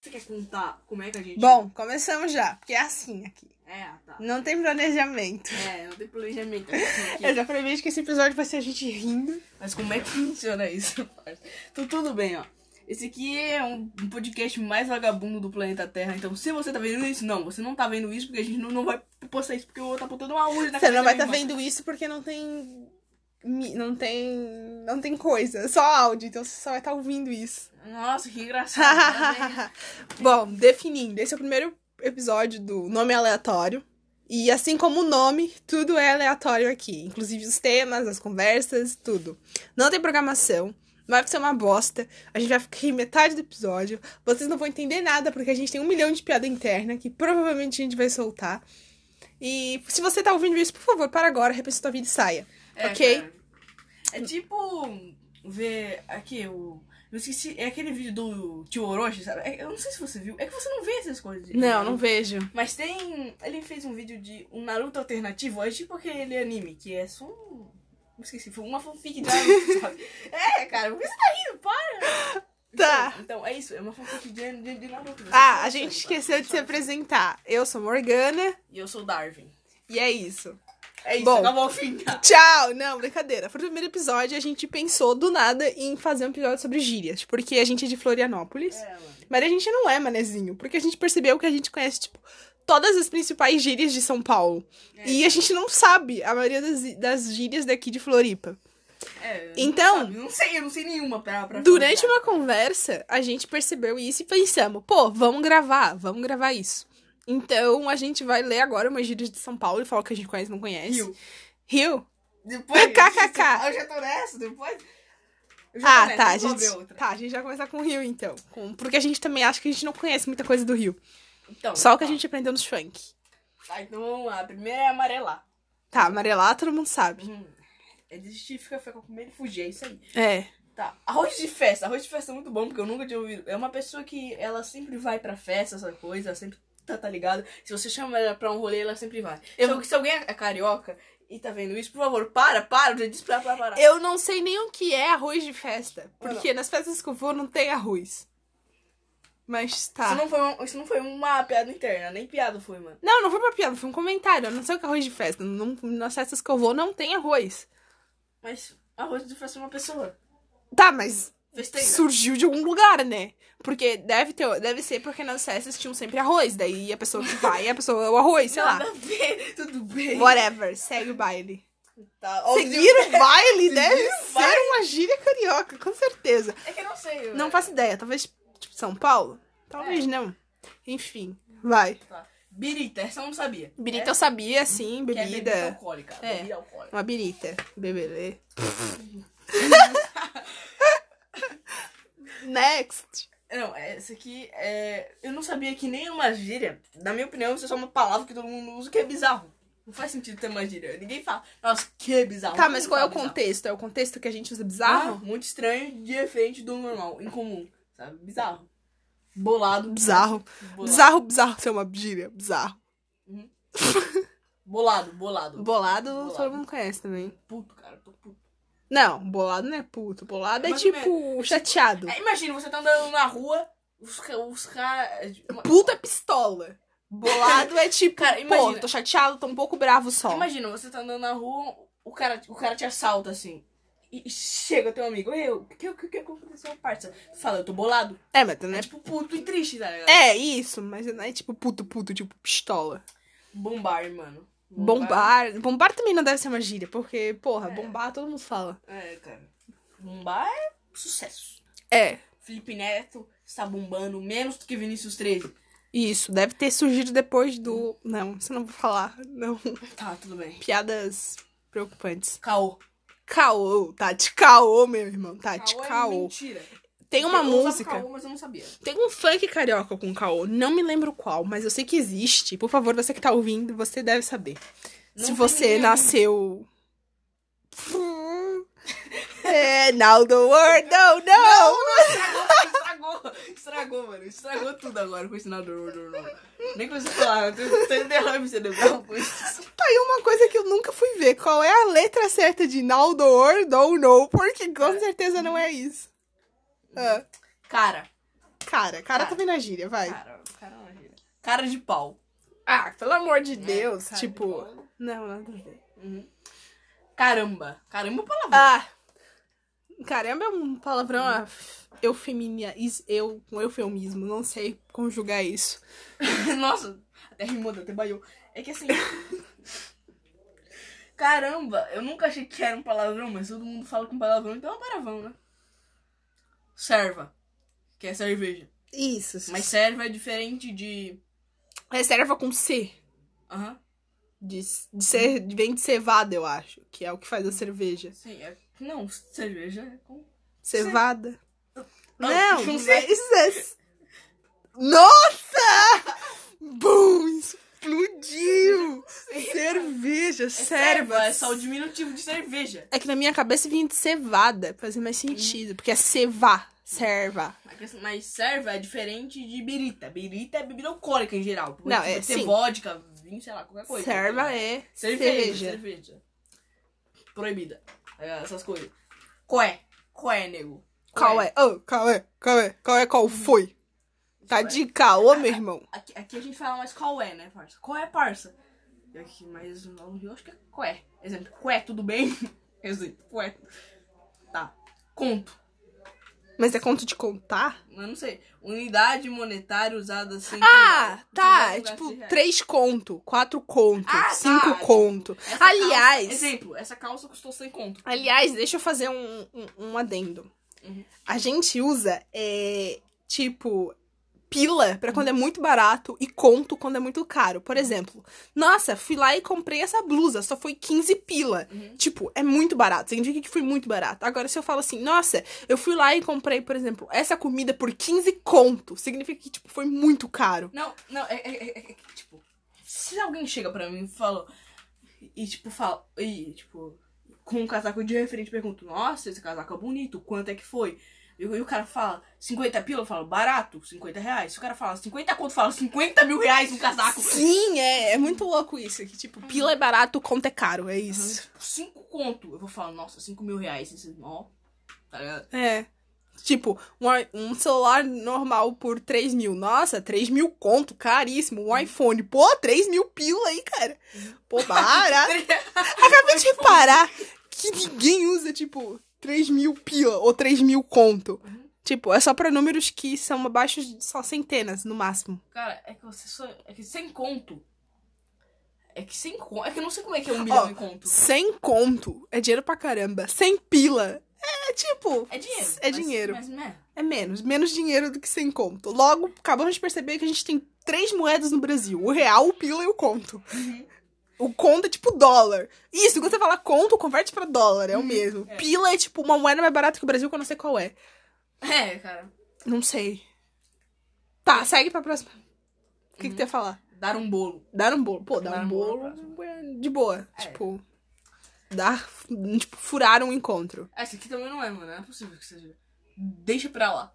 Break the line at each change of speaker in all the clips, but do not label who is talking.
Você quer contar como é que a gente.
Bom, começamos já, porque é assim aqui.
É, tá.
Não tem planejamento.
É, não tem planejamento.
Eu já prevejo que esse episódio vai ser a gente rindo.
Mas como é que funciona isso? rapaz? Então tudo bem, ó. Esse aqui é um um podcast mais vagabundo do planeta Terra. Então, se você tá vendo isso, não, você não tá vendo isso porque a gente não, não vai postar isso porque o outro tá botando uma unha na
Você
cabeça
não vai
da
tá estar
minha irmã.
vendo isso porque não tem. mi- Não tem. Não tem coisa, só áudio, então você só vai estar ouvindo isso.
Nossa, que engraçado. né?
Bom, definindo, esse é o primeiro episódio do Nome Aleatório. E assim como o nome, tudo é aleatório aqui. Inclusive os temas, as conversas, tudo. Não tem programação. Vai ser uma bosta. A gente vai ficar em metade do episódio. Vocês não vão entender nada, porque a gente tem um milhão de piada interna que provavelmente a gente vai soltar. E se você tá ouvindo isso, por favor, para agora, repensa sua vida e saia.
É,
Ok.
cara. É tipo ver aqui o. Eu esqueci, é aquele vídeo do Tio Orochi, sabe? É- Eu não sei se você viu. É que você não vê essas coisas. né?
vejo.
Mas tem. Ele fez um vídeo de um Naruto alternativo, é tipo aquele anime, que é só um. eu Esqueci, foi uma fanfic de Naruto, sabe? É, cara, por que você tá rindo? Para!
Tá.
Então, então, é isso, é uma fanfic de, de, de Naruto. Você
Ah,
sabe,
a gente
sabe?
esqueceu de se apresentar. Eu sou Morgana
E eu sou o Darwin.
e é isso.
É isso,
Bom.
acabou o fim.
Tchau! Não, brincadeira. Foi o primeiro episódio, a gente pensou do nada em fazer um episódio sobre gírias, porque a gente é de Florianópolis,
É, mano.
mas a gente não é manezinho, porque a gente percebeu que a gente conhece, tipo, todas as principais gírias de São Paulo.
É.
E a gente não sabe a maioria das, das gírias daqui de Floripa.
É,
Então-
sabe, não sei, eu não sei nenhuma pra. pra
Durante
falar.
uma conversa, a gente percebeu isso e pensamos, pô, vamos gravar, vamos gravar isso. Então, a gente vai ler agora umas gírias de São Paulo e falar o que a gente conhece e não conhece.
Rio.
Rio?
Depois.
KKK.
Eu já tô nessa, depois. Eu já tô
Ah,
nessa,
tá. A
eu vou ver
gente,
outra.
tá, a gente vai começar com o Rio, então. Com- porque a gente também acha que a gente não conhece muita coisa do Rio.
Então,
Só o que a
tá.
gente aprendeu nos funk.
Tá, então vamos lá. A primeira é amarelar.
Tá, amarelar todo mundo sabe.
Hum, É desistir, fica, fica com medo e fugir, é isso aí.
É.
Tá, arroz de festa. Arroz de festa é muito bom, porque eu nunca tinha ouvido. É uma pessoa que ela sempre vai pra festa, essa coisa, ela sempre tá, tá ligada. Se você chama ela pra um rolê, ela sempre vai.
Eu-
Eu... Se, alguém é carioca e tá vendo isso, por favor, para, para, eu já disse pra ela parar.
Eu não sei nem o que é arroz de festa.
Olha
Porque nas festas que eu vou não tem arroz. Mas tá.
Isso,
Não...
não foi um- isso não foi uma piada interna, nem piada foi, mano.
não, foi uma piada, foi um comentário. Eu não sei o que é arroz de festa. Não- nas festas que eu vou não tem arroz.
Mas arroz de festa é uma pessoa.
Tá, mas
Festeira.
surgiu de algum lugar, né? Porque deve, ter, deve ser porque nas festas tinham sempre arroz. Daí a pessoa que vai, a pessoa o arroz, sei lá.
Nada a ver, tudo bem.
Whatever, segue o baile.
Tá, ó,
Seguir o baile
Seguir
deve
o
ser uma gíria carioca, com certeza.
É que eu não sei.
Não
velho.
faço ideia, talvez tipo, São Paulo? Talvez
É.
não. Enfim, vai.
Tá. Birita, essa eu não sabia.
Birita eu sabia, sim,
Que é bebida
bebida.
alcoólica.
É.
Bebida alcoólica.
Uma birita. Bebelê. Next.
Não, essa aqui é. Eu não sabia que nem uma gíria, na minha opinião, isso é só uma palavra que todo mundo usa que é bizarro. Não faz sentido ter uma gíria. Ninguém fala, nossa, que bizarro.
Tá, mas
Ninguém
qual é o
fala
contexto? É o contexto que a gente usa
bizarro.
bizarro?
Ah, muito estranho, diferente do normal, incomum. Sabe? Bizarro. Bolado.
Bizarro.
Ah, Bolado.
Bizarro, bizarro ser uma gíria. Bizarro.
Bolado, bolado.
Bolado,
Bolado.
todo mundo conhece também.
Puto, cara, tô puto.
Não, bolado não é puto. Bolado é,
Mais ou
tipo chateado.
É, imagina, você tá andando na rua, os caras. Os ca...
Puta é pistola. Bolado é tipo,
Cara,
pô,
imagina.
tô chateado, tô um pouco bravo só.
Imagina, você tá andando na rua, o cara, o cara te assalta assim. E e chega teu amigo, eu, o que, o que, o que aconteceu, parça? Tu fala, eu tô bolado.
É, mas tu não
É
é...
tipo puto e triste, tá ligado?
É, isso, mas não é tipo puto, puto, tipo pistola.
Bombar, mano.
Bombar... Bombar também não deve ser uma gíria, porque, porra,
É.
bombar todo mundo fala.
É, cara. Bombar é sucesso.
É,
Felipe Neto está bombando menos do que Vinícius 13.
isso, deve ter surgido depois do... Não, isso eu não vou falar, não.
Tá, tudo bem.
Piadas preocupantes.
Caô.
Caô, tá de caô, meu irmão, tá de
Caô é
caô.
mentira.
Tem uma
eu
música...
Usava caô, mas eu não sabia.
Tem um funk carioca com caô, não me lembro qual, mas eu sei que existe. Por favor, você que tá ouvindo, você deve saber.
Não
Se
tem
você
ninguém.
nasceu. é, now the world, no, no!
Estragou, estragou, mano. Estragou tudo agora com esse nada. Nem consegui falar. Eu tenho- tenho derrame cerebral com isso.
Tá aí uma coisa que eu nunca fui ver. Qual é a letra certa de now the world, no, no? Porque com certeza não é isso. Ah,
Cara,
Cara, cara
Cara.
também na gíria, vai.
Cara, cara, não, gíria. cara de pau.
Ah, pelo amor de
né?
Deus,
Cara de
tipo.
pau.
não, nada a ver.
Uhum. Caramba. Caramba é uma palavra.
Ah! Caramba, é um palavrão ah, eufemia, is- eu, um eufemismo, não sei conjugar isso.
Ah, Nossa, até rimou, até baiou. É que assim. Caramba, eu nunca achei que era um palavrão, mas todo mundo fala com palavrão, então é um palavrão, né? Serva, que é cerveja.
Isso.
Mas serva é diferente de.
Reserva com C.
Aham,
De, de ser, vem de cevada, eu acho, que é o que faz a cerveja.
sim. É... Não, cerveja é com.
Cevada?
Não,
Não,
não
não
sei.
é isso. é- Nossa! Bum! Explodiu! Cerveja,
É
serva.
é só o diminutivo de cerveja.
É que na minha cabeça vinha de cevada, pra fazer mais sentido, porque é cevar, serva.
É que assim, Mas serva é diferente de birita. Birita é bebida alcoólica em geral. Tipo, Pode-
Não, é,
pode
sim.
ser vodka, vinho, sei lá, qualquer coisa. Tá
Serva é
Cerveja.
cerveja.
Cerveja. Proibida. É, Essas coisas. Coé. Coé, nego.
Qual é? Oh, qual é? Qual é? Qual é? Qual foi? Tá de caô, meu irmão.
Aqui, aqui a gente fala mais qual é, né, parça? Qual é, parça? E aqui, mas lá no Rio acho que é coé. Exemplo, coé, tudo bem? Exemplo, coé. Tá. Conto.
Mas é conto de contar?
Eu não sei. Unidade monetária usada sem.
Ah, tá.
Sem
É
lugar de
tipo,
reais.
três conto, quatro conto,
Ah, tá,
cinco
tipo,
conto.
Essa calça-
Aliás,
exemplo, essa calça custou 100 conto.
aliás, deixa eu fazer um, um, um adendo.
Uhum.
A gente usa, é, tipo, pila pra quando é muito barato e conto quando é muito caro. Por exemplo, nossa, fui lá e comprei essa blusa, só foi 15 pila.
Uhum.
Tipo, é muito barato, significa que foi muito barato. Agora, se eu falo assim, nossa, eu fui lá e comprei, por exemplo, essa comida por 15 conto, significa que, tipo, foi muito caro.
Não, não, é, é- é- é que, tipo, se alguém chega pra mim e fala. E tipo, fala. E, tipo, com um casaco de referente, pergunto, nossa, esse casaco é bonito, quanto é que foi? E, e o cara fala, 50 pila, eu falo, barato, 50 reais. Se o cara fala 50 conto, eu falo 50 mil reais um casaco.
Sim, é, é muito louco isso. Que, tipo, pila é barato, conta é caro, é isso.
5 conto, eu vou falar, nossa, 5 mil reais, esse, ó. Tá ligado?
É. Tipo, um, i- um celular normal por 3 mil. Nossa, 3 mil conto, caríssimo. Um iPhone. Pô, 3 mil pila aí, cara. Pô, barato. Acabei de reparar que ninguém usa, tipo, 3 mil pila ou 3 mil conto.
Uhum.
Tipo, é só pra números que são abaixo de só centenas, no máximo.
Cara, é que você só. É que sem conto. É que sem conto. É que eu não sei como é que é um milhão
Ó,
em conto.
100 conto é dinheiro pra caramba. 100 pila é, tipo...
É dinheiro.
É
mas-
dinheiro.
Mas, né?
É menos, menos dinheiro do que sem conto. Logo, acabamos de perceber que a gente tem três moedas no Brasil: o real, o pila e o conto.
Uhum.
O conto é tipo dólar. Isso, quando você fala conto, converte pra dólar, é o
Uhum,
mesmo.
é.
Pila é tipo uma moeda mais barata que o Brasil, que eu não sei qual é.
É, cara.
Não sei. Tá, segue pra próxima. O que, que tu ia falar?
Dar um bolo.
Dar um bolo. Pô, dar,
Uhum. Dar
um
um bolo
bolo é de boa.
É.
Tipo, dar. Tipo, furar um encontro.
Ah, esse aqui também não é, mano. Não é possível que seja. Deixa pra lá.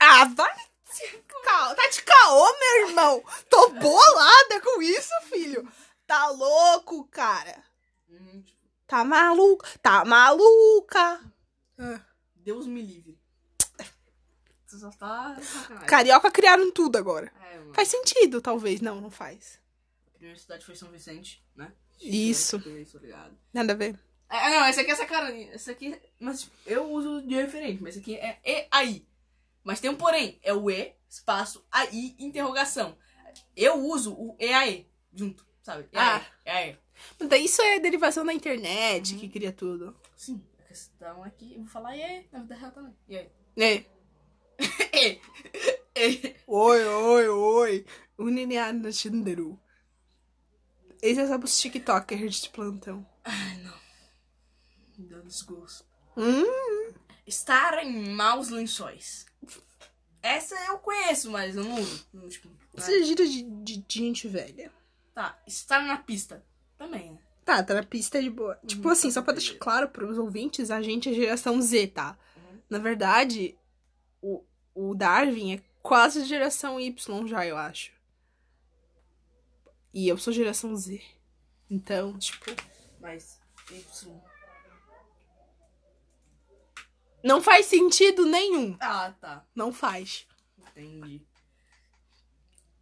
Ah, vai! te ca- Tá de caô, meu irmão! Tô bolada com isso, filho! Tá louco, cara!
Hum, tipo,
Tá maluco? Tá maluca!
Deus me livre. Você só tá de sacanagem.
Carioca criaram tudo agora.
É, mano.
Faz sentido, talvez. Não, não faz.
A primeira cidade foi São Vicente, né?
Isso.
Foi Isso, ligado.
Nada a ver.
Ah, não, essa aqui é sacanagem. Essa aqui. Mas tipo, eu uso de referente, mas esse aqui é E aí. Mas tem um porém. É o E, espaço, aí, interrogação. Eu uso o E aí. Junto, sabe? E
Ah.
aí. E aí.
Mas daí isso é derivação da internet que cria tudo.
Sim, a questão é que eu vou falar e aí, na vida real também. E aí?
É.
E, e.
Oi, oi, oi. Unineado no Tinderu. Esse é só pros tiktokers de plantão.
Me dá desgosto.
Hum?
Estar em maus lençóis. Essa eu conheço, mas eu não uso. Não, tipo, né?
Isso é gíria de, de gente velha.
Tá, estar na pista. Também, né?
Tá, tá na pista de boa. Tipo
Uhum,
assim, só pra
entendi.
deixar claro pros ouvintes, a gente é geração Z, tá?
Uhum.
Na verdade, o, o Darwin é quase geração Y já, eu acho. E eu sou geração Z. Então, tipo.
Mas, Y.
Não faz sentido nenhum.
Ah, tá.
Não faz.
Entendi.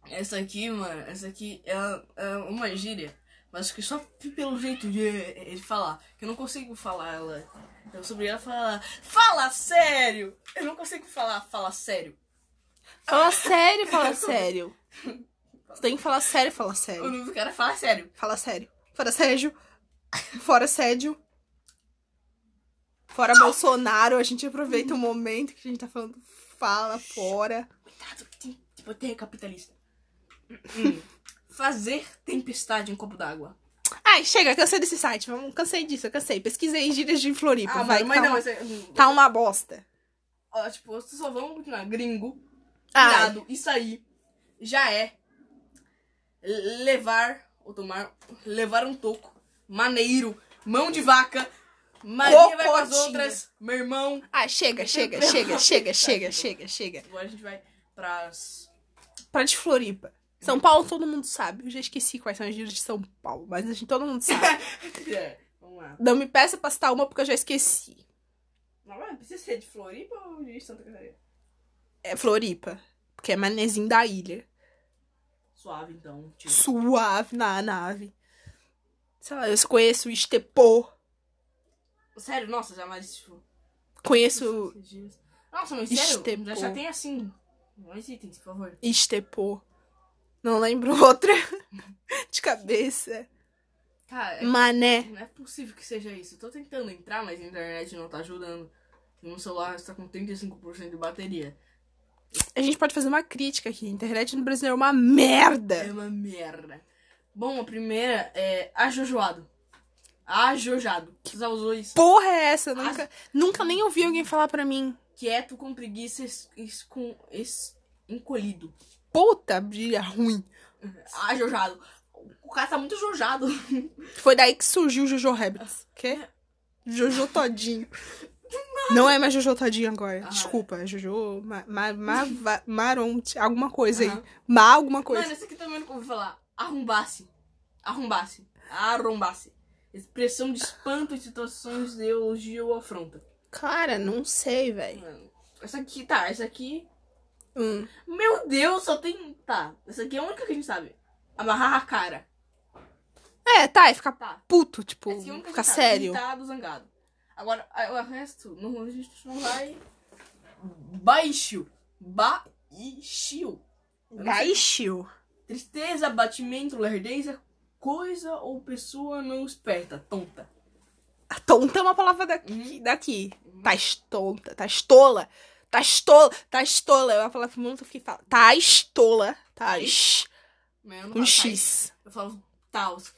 Essa aqui, mano, essa aqui é, é uma gíria, mas que só p- pelo jeito de, de falar, que eu não consigo falar ela. Eu sobre ela falar, fala sério! Eu não consigo falar, fala sério.
Fala sério, fala sério. Você tem que falar sério, fala
O
sério.
nome do cara é fala sério.
Fala sério. Fora Sérgio. Fora Sérgio. Fora Bolsonaro. A gente aproveita o momento que a gente tá falando. Fala fora.
Cuidado, que tem hipoteca Tipo, capitalista. Hum. Fazer tempestade em copo d'água.
Ai, chega, cansei desse site. Vamos, cansei disso, eu cansei. Pesquisei gírias de Floripa.
Ah,
vai,
mano, mas
tá,
não,
uma,
mas é-
tá uma bosta.
ó, tipo, vocês só vão continuar. Gringo,
Ah,
irado, isso aí já é levar ou tomar, levar um toco, maneiro, mão de vaca, Maria vai com as
Cocotinha.
outras, meu irmão.
ah, chega, chega, chega, chega, chega, chega, chega.
Agora a gente vai pras.
Pra de Floripa. São Paulo todo mundo sabe. Eu já esqueci quais são as gírias de São Paulo, mas a gente, todo mundo sabe.
É, vamos lá.
Não me peça pra citar uma porque eu já esqueci.
Não, mas precisa ser de Floripa ou de Santa Catarina?
É Floripa, porque é manezinho da ilha.
Suave, então. Tipo.
Suave na nave. Sei lá, eu conheço Estepô.
Sério, nossa, jamais. Tipo,
Conheço
esses dias. Nossa, mas sério,
Estepou.
já- já tem assim. Dois itens, por favor.
Estepô. Não lembro outra. De cabeça.
Cara, é
Mané.
Não é possível que seja isso. Eu tô tentando entrar, mas a internet não tá ajudando. E meu celular está com 35% de bateria.
A gente pode fazer uma crítica aqui. A internet no Brasil é uma merda.
É uma merda. Bom, a primeira é ajojoado. Ajojado. Você já usou isso?
Porra é essa? Eu Nunca, nunca nem ouvi alguém falar pra mim.
Quieto, com preguiça, es, es- com, es- encolhido.
Puta, brilha ruim.
Ajojado. O cara tá muito ajojado.
Foi daí que surgiu o Jojo Rabbits. Quê? Jojo Todinho. Não é mais Jojo Todinho agora.
Ah.
Desculpa, é Jojo ma, ma, ma, va- Maronte. Alguma coisa aí.
Aham.
Ma alguma coisa.
Mano, esse aqui também nunca ouvi falar. Arrombasse. Arrombasse. Arrombasse. Expressão de espanto em situações de elogio ou afronta.
Cara, não sei, velho.
Mano, Essa aqui, tá, essa aqui.
Hum.
Meu Deus, só tem. Tá, essa aqui é a única que a gente sabe. Amarrar a cara.
É, tá, é ficar
Tá.
puto, tipo,
Essa aqui é a única que
ficar
a gente
sério.
Sabe. Irritado, zangado. Agora, a- o resto, não, a gente não vai. Baixo. Baixio.
Tá, Gaixio.
Tristeza, abatimento, lerdeza, coisa ou pessoa não esperta, tonta.
A Tonta é uma palavra daqui. daqui. Tá tonta, tá estola. Tá estola, tá estola. É uma palavra muito que fala. Tá estola. Tá es-
Mas eu não
Um
falo tais.
X.
Eu falo taus.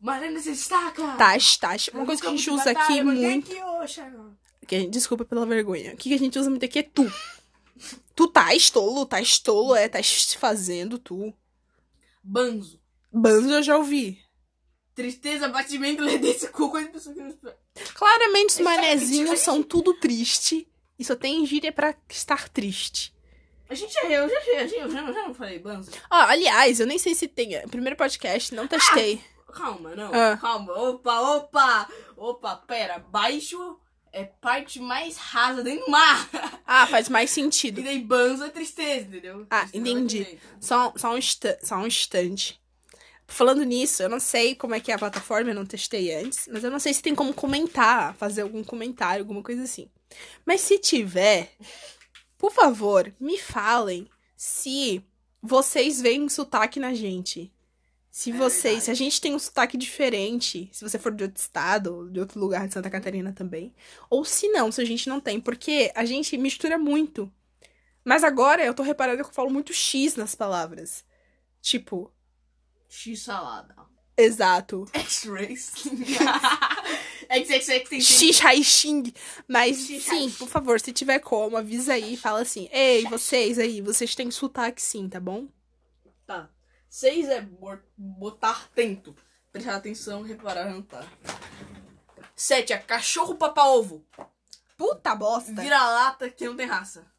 Marina se destaca!
Tás, tás. Tá Uma coisa que a gente usa aqui
é
muito. que a gente- desculpa pela vergonha. O que que a gente usa muito aqui é tu. Tu tá estolo, tá estolo, é, tá es- fazendo tu.
Banzo.
Banzo eu já ouvi.
Tristeza, batimento, lerdeza, coisa ou pessoa que não espera.
Claramente os
Exatamente.
manezinhos são tudo triste. E só tem gíria pra estar triste.
A gente já, eu já, já, já, eu já, eu já não falei banzo.
Ó, aliás, eu nem sei se tem. é, Primeiro podcast, não testei.
Calma, não.
Ah.
Calma. Opa, opa. Opa, pera. Baixo é parte mais rasa dentro do mar.
Ah, faz mais
E
sentido.
daí banzo é tristeza, entendeu?
Ah,
Tristeza,
entendi.
batimento.
Só, só, um insta- só um instante. Falando nisso, eu não sei como é que é a plataforma, eu não testei antes, mas eu não sei se tem como comentar, fazer algum comentário, alguma coisa assim. Mas se tiver, por favor, me falem se vocês veem um sotaque na gente. Se
É
vocês,
verdade.
se a gente tem um sotaque diferente, se você for de outro estado, de outro lugar de Santa Catarina também, ou se não, se a gente não tem, porque a gente mistura muito. Mas agora eu tô reparando que eu falo muito X nas palavras. Tipo,
X salada.
exato.
X-rays. É XXX tem
X Haixing. Mas
X
sim,
Haixing.
por favor, se tiver como, avisa aí, fala assim: Ei, vocês aí, vocês têm sotaque sim, tá bom?
Tá. Seis é bo- botar tento. Prestar atenção, reparar, anotar. Sete é cachorro papa-ovo.
Puta bosta.
Vira-lata que não tem raça.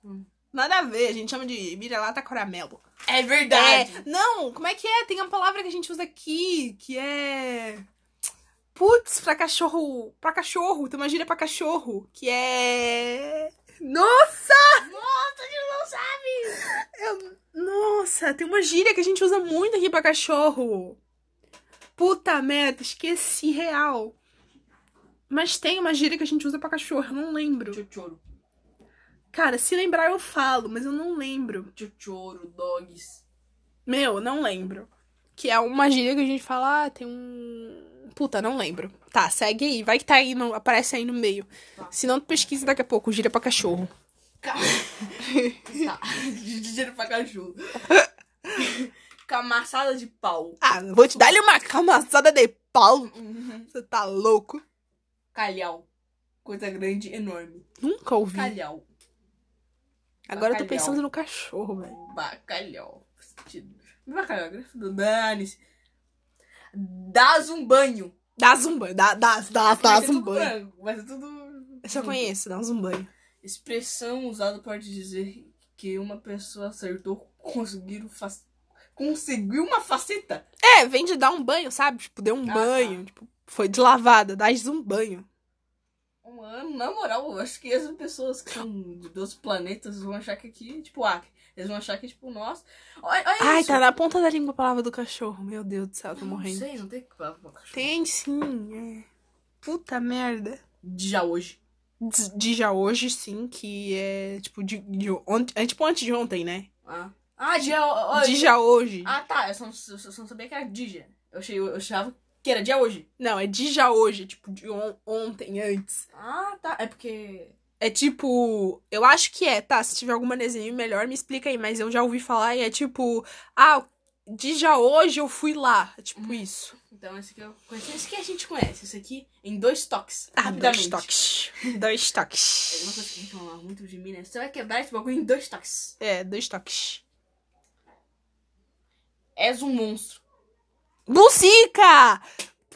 Nada a ver, a gente chama de vira-lata caramelo.
É
É, não, como é que é? Tem uma palavra que a gente usa aqui, que é. Putz, pra cachorro. Pra cachorro, tem uma gíria pra cachorro, que é. Nossa!
Nossa, ele não sabe!
Nossa, tem uma gíria que a gente usa muito aqui pra cachorro. Puta merda, esqueci real. Mas tem uma gíria que a gente usa pra cachorro, eu não lembro.
Chochoro,
Cara, se lembrar eu falo, mas eu não lembro.
chochoro, dogs.
Meu, não lembro. Que é uma gíria que a gente fala, ah, tem um. Puta, não lembro. Tá, segue aí, vai que tá aí, no... aparece aí no meio.
Tá.
Se não, tu pesquisa daqui a pouco, gíria pra cachorro.
Calma. tá, dinheiro pra cachorro. Camaçada de pau.
Ah, eu vou te dar-lhe uma camaçada de pau. Você tá louco?
Calhau. Coisa grande, enorme.
Nunca ouvi.
Calhau.
Agora eu tô
bacalhau.
pensando no cachorro, velho.
Bacalhau. Bacalhau, graça do dane-se. Dás um banho.
Dá zumba, dá, dá, dá, dá
Vai ser tudo
zumba.
branco, Vai ser tudo.
Eu só conheço, dá um zumbanho.
Expressão usada para dizer que uma pessoa acertou conseguir o fac... conseguiu uma faceta.
É, vem de dar um banho, sabe? Tipo, deu um
Ah,
banho. Tipo, foi de lavada, dá um banho.
Mano, um na moral, eu acho que as pessoas que são de outros planetas vão achar que aqui, tipo, ah, eles vão achar que, tipo, nós. Olha, olha
Ai,
isso.
tá na ponta da língua a palavra do cachorro. Meu Deus do céu, eu tô
Não
morrendo.
sei, não tem que falar pra cachorro.
Tem sim, é. Puta merda.
Já hoje.
Diz- De já hoje, sim, que é tipo de, de ontem. É tipo antes de ontem, né?
Ah, ah dia. ó, ó,
De já hoje.
Ah, tá. Eu só, não- eu só não sabia que era Dija. Eu, achei, eu achava que era dia hoje.
Não, é de já hoje, tipo de on- ontem, antes.
Ah, tá. É porque.
É tipo, eu acho que é, tá? Se tiver alguma desenho melhor, me explica aí, mas eu já ouvi falar e é tipo, ah, de já hoje eu fui lá. É tipo isso.
Então, esse que eu conheci. Esse que a gente conhece. Esse aqui em dois toques.
Ah, dois
rapidamente.
toques. Dois
É Uma
toques.
coisa que reclamava muito de mim, né? Você vai quebrar esse bagulho em dois toques.
É, dois toques.
És um monstro.
Bucica!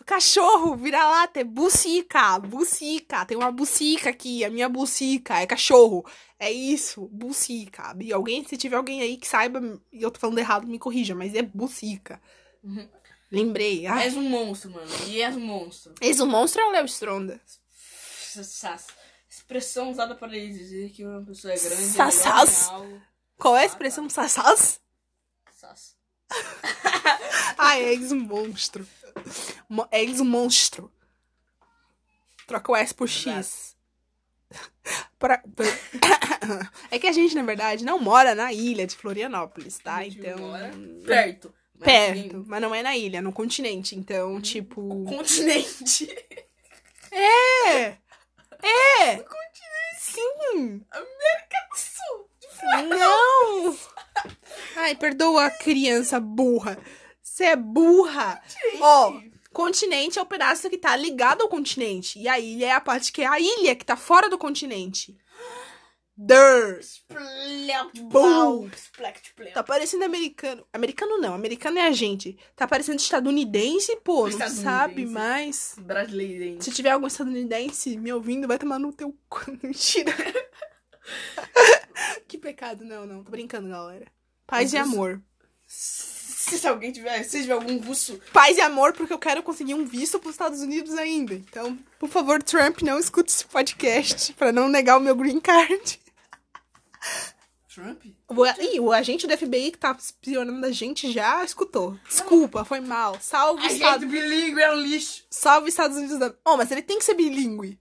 Cachorro, vira-lata, é bucica, bucica. Tem uma bucica aqui, a minha bucica, é cachorro. É isso, bucica. E alguém, se tiver alguém aí que saiba, e eu tô falando errado, me corrija, mas é bucica.
Uhum.
Lembrei. Ah,
És um monstro, mano. E és um monstro.
Eis o monstro ou é o Léo Stronda?
Sass. Expressão usada para dizer que uma pessoa é grande.
Sassás.
é algo.
Qual é a
Ah,
expressão sassás?
Sass.
Ah, eis o monstro. Mo- Eis o monstro. Troca o S por X. Pra- pra- É que a gente, na verdade, não mora na ilha de Florianópolis, tá?
A gente
Então.
mora Perto. Mas
Perto,
ninguém- Hum.
mas não é na ilha, é no continente. Então, tipo.
Continente.
É! É! No continente! Sim!
Sul.
Não! Ai, perdoa a criança burra. Você é burra. Ó, continente é o pedaço que tá ligado ao continente. E a ilha é a parte que é a ilha, que tá fora do continente. Der. Bum. Tá parecendo americano. Americano não, americano é a gente. Tá parecendo estadunidense, pô. Não
Estadunidense.
sabe mais.
Brasileiro, hein?
Se tiver algum estadunidense me ouvindo, vai tomar no teu cu. Mentira. que pecado. Não, não. Tô brincando, galera.
Mas
Paz e
isso-
amor.
Se, se alguém tiver, se tiver algum russo,
Paz e amor, porque eu quero conseguir um visto pros Estados Unidos ainda. Então, por favor, Trump, não escute esse podcast pra não negar o meu green card.
Trump?
O, ih, o agente do FBI que tá espionando a gente já escutou. Desculpa, foi mal. Salve,
A gente
Estados
bilíngue é um lixo.
Salve Estados Unidos da. Oh, mas ele tem que ser bilíngue.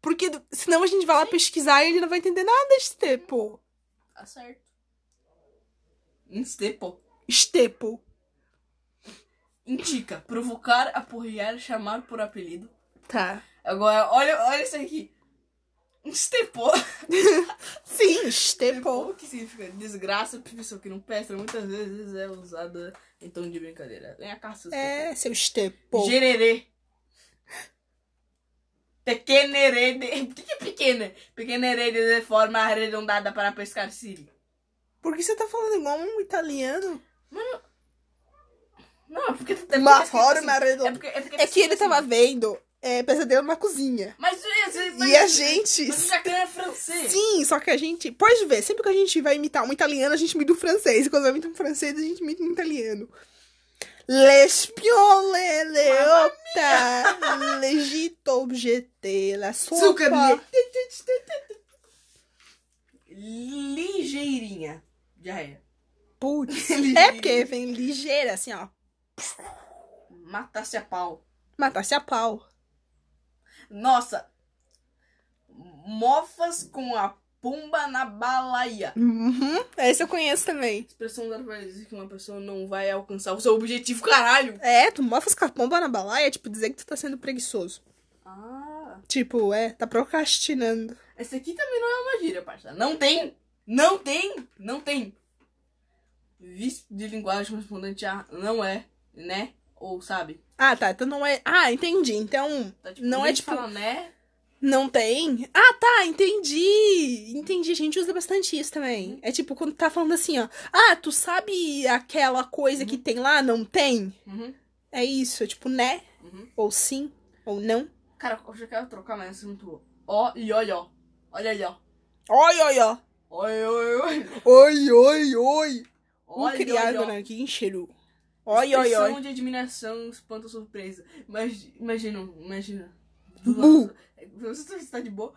Porque do- senão a gente vai lá pesquisar e ele não vai entender nada, Estepo.
Tá certo. Instepo.
Estepo.
Indica. Provocar, aporrear, chamar por apelido.
Tá.
Agora, olha, olha isso aqui. Instepo.
Sim, Estepo.
O que significa desgraça, pessoa que não presta, muitas vezes é usada em tom de brincadeira. Vem a caça.
É, seu Estepo.
Gererê. Pequenerê. de- O que que é pequena? Pequenerê de forma arredondada para pescar siri.
Por que você tá falando igual um italiano?
Não, é porque... É porque
Uma
tá escrito
forma
assim.
arredondada.
É, porque, é, porque tá
É que
escrito
ele
assim.
tava vendo é, pesadelo na cozinha.
Mas, mas, mas
E a gente.
Mas o Jacan é francês.
Sim, só que a gente. Pode ver, sempre que a gente vai imitar um italiano, a gente imita um francês. E quando vai imitar um francês, a gente imita um italiano. L'espiole leota, legito objeté, la sopa.
Zucca, ligeirinha. é. Diarreia.
Putz. É
Ligeirinha.
porque vem ligeira, assim, ó.
Matasse a pau.
Matasse a pau.
Nossa. Mofas com a pomba na balaia.
Uhum. Essa eu conheço também.
Expressão usada pra dizer que uma pessoa não vai alcançar o seu objetivo, caralho.
É, tu mofas com a pomba na balaia, tipo, dizer que tu tá sendo preguiçoso.
Ah.
Tipo, é, tá procrastinando.
Essa aqui também não é uma gíria, parça. Não tem. Não tem. Não tem. Vício de linguagem correspondente a não é, né? Ou sabe?
Ah, tá, então não é... Ah, entendi. Então,
Tá,
Não
nem
é tipo-
Fala, né?
não tem? Ah, tá, entendi. Entendi, a gente usa bastante isso também. É tipo, quando tá falando assim, ó. Ah, tu sabe aquela coisa que tem lá, não tem?
Uhum,
É isso, é tipo, né?
uhum.
Ou sim, ou não.
Cara, eu já quero trocar mais esse muito. Ó e olha, ó. Olha aí, ó.
Oi, oi, ó.
Oi, oi, oi.
Oi, oi, oi. Um
Olha,
criado
olha, ó.
na encheru. Oi, oi, oi.
Expressão de admiração, espanto, surpresa. Mas imagina, imagina.
Bu.
Você está de boa.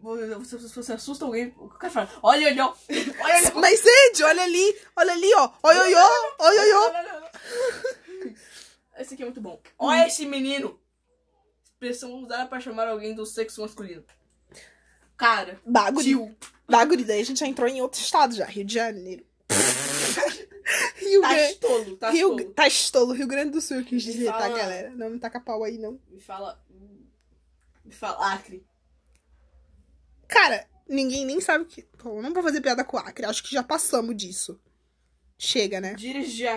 Você, você, você assusta alguém, o cara fala, olha, olha, ó. olha, olha.
Mas, Ed, olha ali, olha ali, ó. Oi, oi, ó. Oi, oi, ó.
Esse aqui é muito bom.
Uhum.
Olha esse menino. Expressão usada pra chamar alguém do sexo masculino. Cara,
Bagulho.
tio.
Bagulho, daí a gente já entrou em outro estado já, Rio de Janeiro. Rio
Tá
Grande.
tolo, tá
Rio,
tolo.
tá estolo, Rio Grande do Sul, eu quis
Me
dizer, tá,
fala-
galera? Não me taca pau aí, não.
Me fala. Me fala. Acre.
Cara, ninguém nem sabe o que. Pô, eu não vou fazer piada com o Acre, acho que já passamos disso. Chega, né?
Dirigir.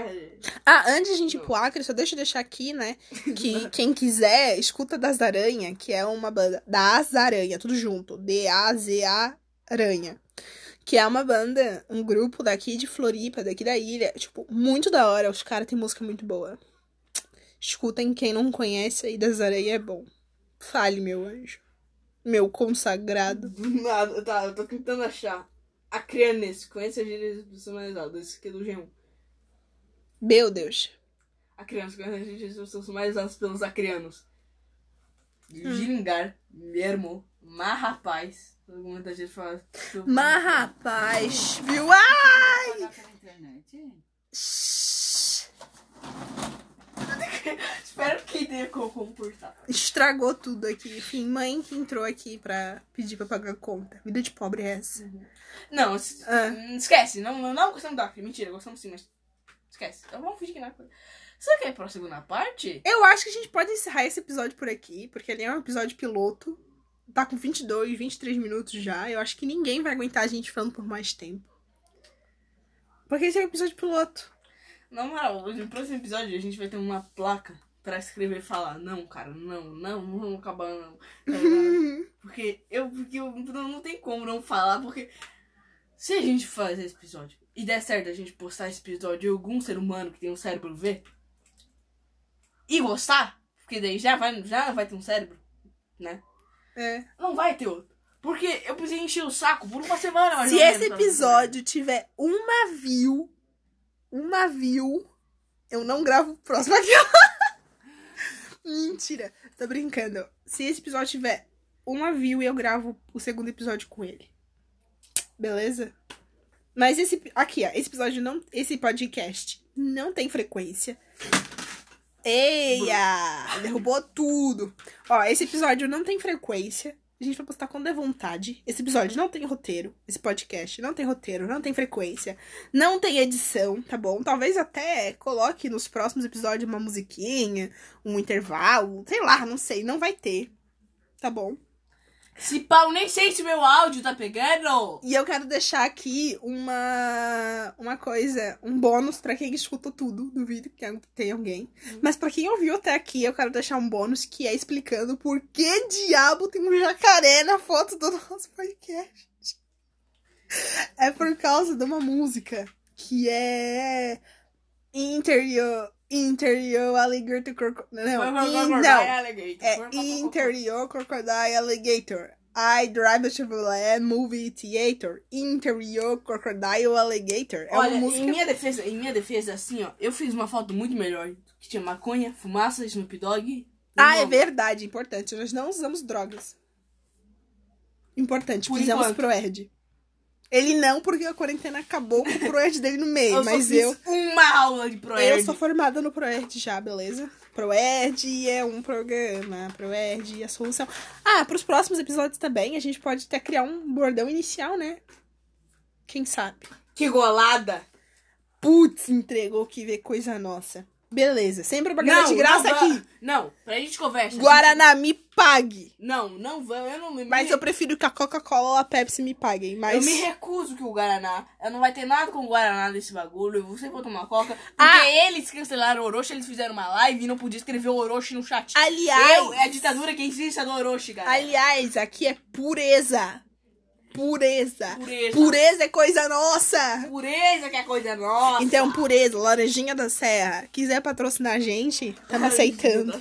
Ah, antes de a gente ir pro Acre, só deixa eu deixar aqui, né? Que quem quiser, escuta Das Aranha, que é uma banda. Das Aranha, tudo junto. D-A-Z-A Aranha. Que é uma banda, um grupo daqui de Floripa, daqui da ilha. Tipo, muito da hora. Os caras têm música muito boa. Escutem quem não conhece aí, Das Aranha é bom. Fale, meu anjo. Meu consagrado.
Nada, tá, eu tô tentando achar. Acreanense. Conhece a gíria de expressão analisada. Esse aqui é do G1.
Meu Deus.
Acreanos. Conhece a gíria de expressão analisadas pelos acreanos. Giringar. Mermo. Marrapaz. Muita gente tá fala.
Mas, rapaz, viu? Ah!
Pagar pela internet?
Shhh.
Espero que tenha como comportar.
Estragou tudo aqui. Enfim, mãe que entrou aqui pra pedir pra pagar conta. Vida de pobre é essa.
Não, es-
Ah.
hum, esquece. Não, não, não gostamos do Acre. Mentira, gostamos sim, mas. Esquece. Então vamos fingir que não é coisa. Será que é pra segunda parte?
Eu acho que a gente pode encerrar esse episódio por aqui, porque ele é um episódio piloto. Tá com 22, 23 minutos já. Eu acho que ninguém vai aguentar a gente falando por mais tempo. Porque esse é um episódio piloto.
Na moral, hoje, no próximo episódio a gente vai ter uma placa pra escrever e falar: Não, cara, não, não, não vamos acabar, não. Tá ligado? porque eu, porque eu não, não tem como não falar, porque se a gente fazer esse episódio e der certo a gente postar esse episódio e algum ser humano que tem um cérebro ver e gostar, porque daí já vai, já vai ter um cérebro, né?
É.
Não vai ter outro. Porque eu precisei encher o saco por uma semana, mais
Se
ou menos,
esse
pra fazer.
episódio tiver uma view, uma view, eu não gravo o próximo aqui. Mentira, tô brincando. Se esse episódio tiver uma view, eu gravo o segundo episódio com ele. Beleza? Mas esse aqui, ó, esse episódio não, esse podcast não tem frequência. Eia, derrubou tudo. Ó, esse episódio não tem frequência. A gente vai postar quando é vontade. Esse episódio não tem roteiro. Esse podcast não tem roteiro, não tem frequência, não tem edição, tá bom? Talvez até coloque nos próximos episódios uma musiquinha, um intervalo, sei lá, não sei, não vai ter. Tá bom?
Se pau, nem sei se meu áudio tá pegando.
E eu quero deixar aqui uma uma coisa, um bônus pra quem escutou tudo do vídeo, que é um- tem alguém. Mas pra quem ouviu até aqui, eu quero deixar um bônus que é explicando por que diabo tem um jacaré na foto do nosso podcast. É por causa de uma música que é Interior Interior Alligator Crocodile. Não, in- não.
então,
É Interior Crocodile Alligator. I Drive a Chevrolet Movie Theater. Interior Crocodile Alligator. É
Olha,
uma
em
música.
minha defesa, em minha defesa, assim, ó, eu fiz uma foto muito melhor que tinha maconha, fumaça, Snoop Dogg.
Ah, é
irmão.
verdade, importante. Nós não usamos drogas. Importante,
Por
fizemos
enquanto.
pro Erd. Ele não, porque a quarentena acabou com o Proerd dele no meio.
Eu só
mas
fiz
eu,
uma aula de proerd.
eu sou formada no Proerd já, beleza? Proerd é um programa, Proerd é a solução. Ah, pros próximos episódios também, a gente pode até criar um bordão inicial, né? Quem sabe?
Que golada!
Putz, entregou que vê coisa nossa. Beleza, sem propaganda de graça
não,
aqui.
Não, pra gente conversa. assim.
Guaraná, me pague.
Não, não vamos, eu não me.
Mas eu prefiro que a Coca-Cola ou a Pepsi me paguem.
Eu
Mas.
me recuso que o Guaraná. Eu não vai ter nada com o Guaraná nesse bagulho. Você vou tomar coca. Porque
Ah!
eles cancelaram o Orochi, eles fizeram uma live e não podia escrever o Orochi no chat.
Aliás.
Eu, é a ditadura que existe a do Orochi, cara.
Aliás, aqui é pureza. Pureza.
Pureza.
Pureza é coisa nossa.
Pureza que é coisa nossa.
Então, pureza, Laranjinha da Serra. Quiser patrocinar a gente, tamo tá aceitando.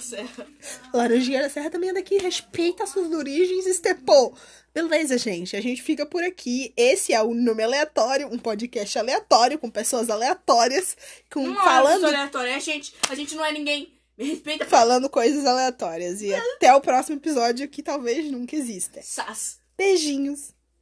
Laranjinha da Serra também é daqui. Respeita as suas origens, Estepô. Beleza, gente. A gente fica por aqui. Esse é o Nome Aleatório, um podcast aleatório com pessoas aleatórias, com
Não falando.
Hum, falando
É aleatória. A gente, a gente não é ninguém. Me respeita.
falando coisas
É.
aleatórias. E até o próximo episódio que talvez nunca exista.
Sass.
Beijinhos.